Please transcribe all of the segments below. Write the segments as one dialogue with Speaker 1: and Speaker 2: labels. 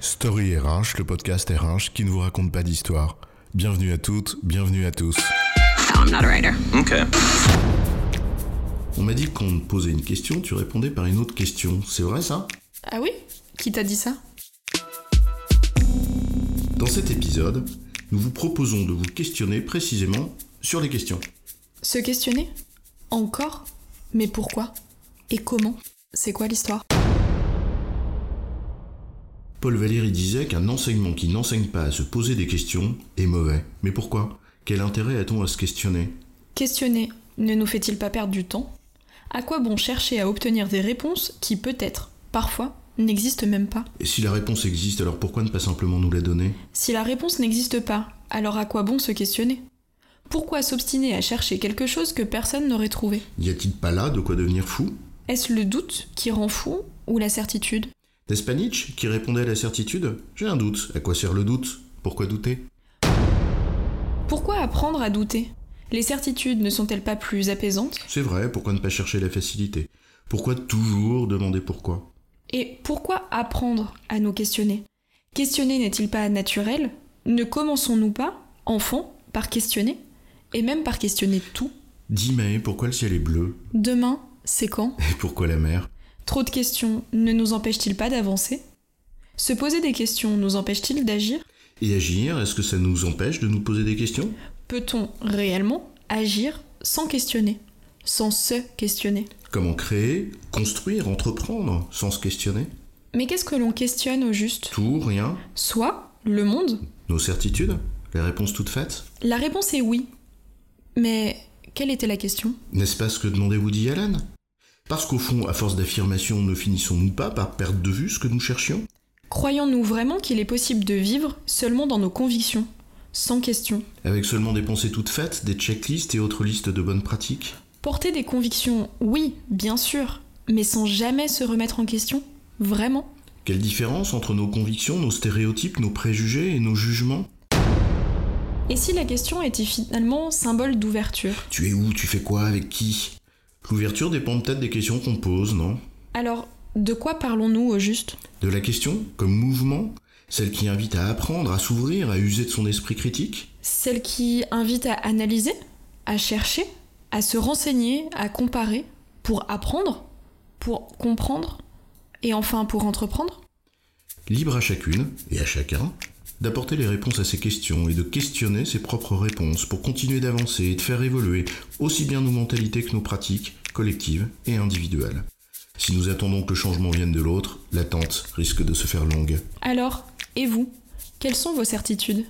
Speaker 1: Story RH, le podcast RH qui ne vous raconte pas d'histoire. Bienvenue à toutes, bienvenue à tous.
Speaker 2: No, I'm not a writer.
Speaker 3: Okay.
Speaker 1: On m'a dit que quand on te posait une question, tu répondais par une autre question. C'est vrai ça
Speaker 4: Ah oui Qui t'a dit ça
Speaker 1: Dans cet épisode, nous vous proposons de vous questionner précisément sur les questions.
Speaker 4: Se questionner Encore Mais pourquoi Et comment C'est quoi l'histoire
Speaker 1: Paul Valéry disait qu'un enseignement qui n'enseigne pas à se poser des questions est mauvais. Mais pourquoi Quel intérêt a-t-on à se questionner
Speaker 4: Questionner ne nous fait-il pas perdre du temps À quoi bon chercher à obtenir des réponses qui peut-être, parfois, n'existent même pas
Speaker 1: Et si la réponse existe, alors pourquoi ne pas simplement nous la donner
Speaker 4: Si la réponse n'existe pas, alors à quoi bon se questionner Pourquoi s'obstiner à chercher quelque chose que personne n'aurait trouvé
Speaker 1: Y a-t-il pas là de quoi devenir fou
Speaker 4: Est-ce le doute qui rend fou ou la certitude
Speaker 1: N'est-ce pas Nietzsche qui répondait à la certitude J'ai un doute. À quoi sert le doute Pourquoi douter
Speaker 4: Pourquoi apprendre à douter Les certitudes ne sont-elles pas plus apaisantes
Speaker 1: C'est vrai, pourquoi ne pas chercher la facilité Pourquoi toujours demander pourquoi
Speaker 4: Et pourquoi apprendre à nous questionner Questionner n'est-il pas naturel Ne commençons-nous pas, enfants, par questionner Et même par questionner tout
Speaker 1: Dis mais pourquoi le ciel est bleu
Speaker 4: Demain, c'est quand
Speaker 1: Et pourquoi la mer
Speaker 4: Trop de questions ne nous empêche-t-il pas d'avancer Se poser des questions nous empêche-t-il d'agir
Speaker 1: Et agir, est-ce que ça nous empêche de nous poser des questions
Speaker 4: Peut-on réellement agir sans questionner Sans se questionner
Speaker 1: Comment créer, construire, entreprendre sans se questionner
Speaker 4: Mais qu'est-ce que l'on questionne au juste
Speaker 1: Tout, rien
Speaker 4: Soit le monde
Speaker 1: Nos certitudes Les réponses toutes faites
Speaker 4: La réponse est oui. Mais quelle était la question
Speaker 1: N'est-ce pas ce que demandait Woody Allen Parce qu'au fond, à force d'affirmations, ne finissons-nous pas par perdre de vue ce que nous cherchions
Speaker 4: Croyons-nous vraiment qu'il est possible de vivre seulement dans nos convictions, sans question
Speaker 1: Avec seulement des pensées toutes faites, des checklists et autres listes de bonnes pratiques
Speaker 4: Porter des convictions, oui, bien sûr, mais sans jamais se remettre en question Vraiment
Speaker 1: Quelle différence entre nos convictions, nos stéréotypes, nos préjugés et nos jugements
Speaker 4: Et si la question était finalement symbole d'ouverture
Speaker 1: Tu es où Tu fais quoi Avec qui L'ouverture dépend peut-être des questions qu'on pose, non
Speaker 4: Alors, de quoi parlons-nous au juste
Speaker 1: De la question, comme mouvement, celle qui invite à apprendre, à s'ouvrir, à user de son esprit critique
Speaker 4: Celle qui invite à analyser, à chercher, à se renseigner, à comparer, pour apprendre, pour comprendre, et enfin pour entreprendre
Speaker 1: Libre à chacune et à chacun d'apporter les réponses à ces questions et de questionner ses propres réponses pour continuer d'avancer et de faire évoluer aussi bien nos mentalités que nos pratiques collectives et individuelles. Si nous attendons que le changement vienne de l'autre, l'attente risque de se faire longue.
Speaker 4: Alors, et vous Quelles sont vos certitudes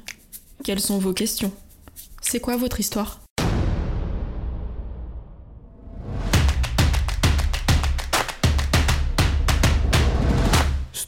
Speaker 4: Quelles sont vos questions C'est quoi votre histoire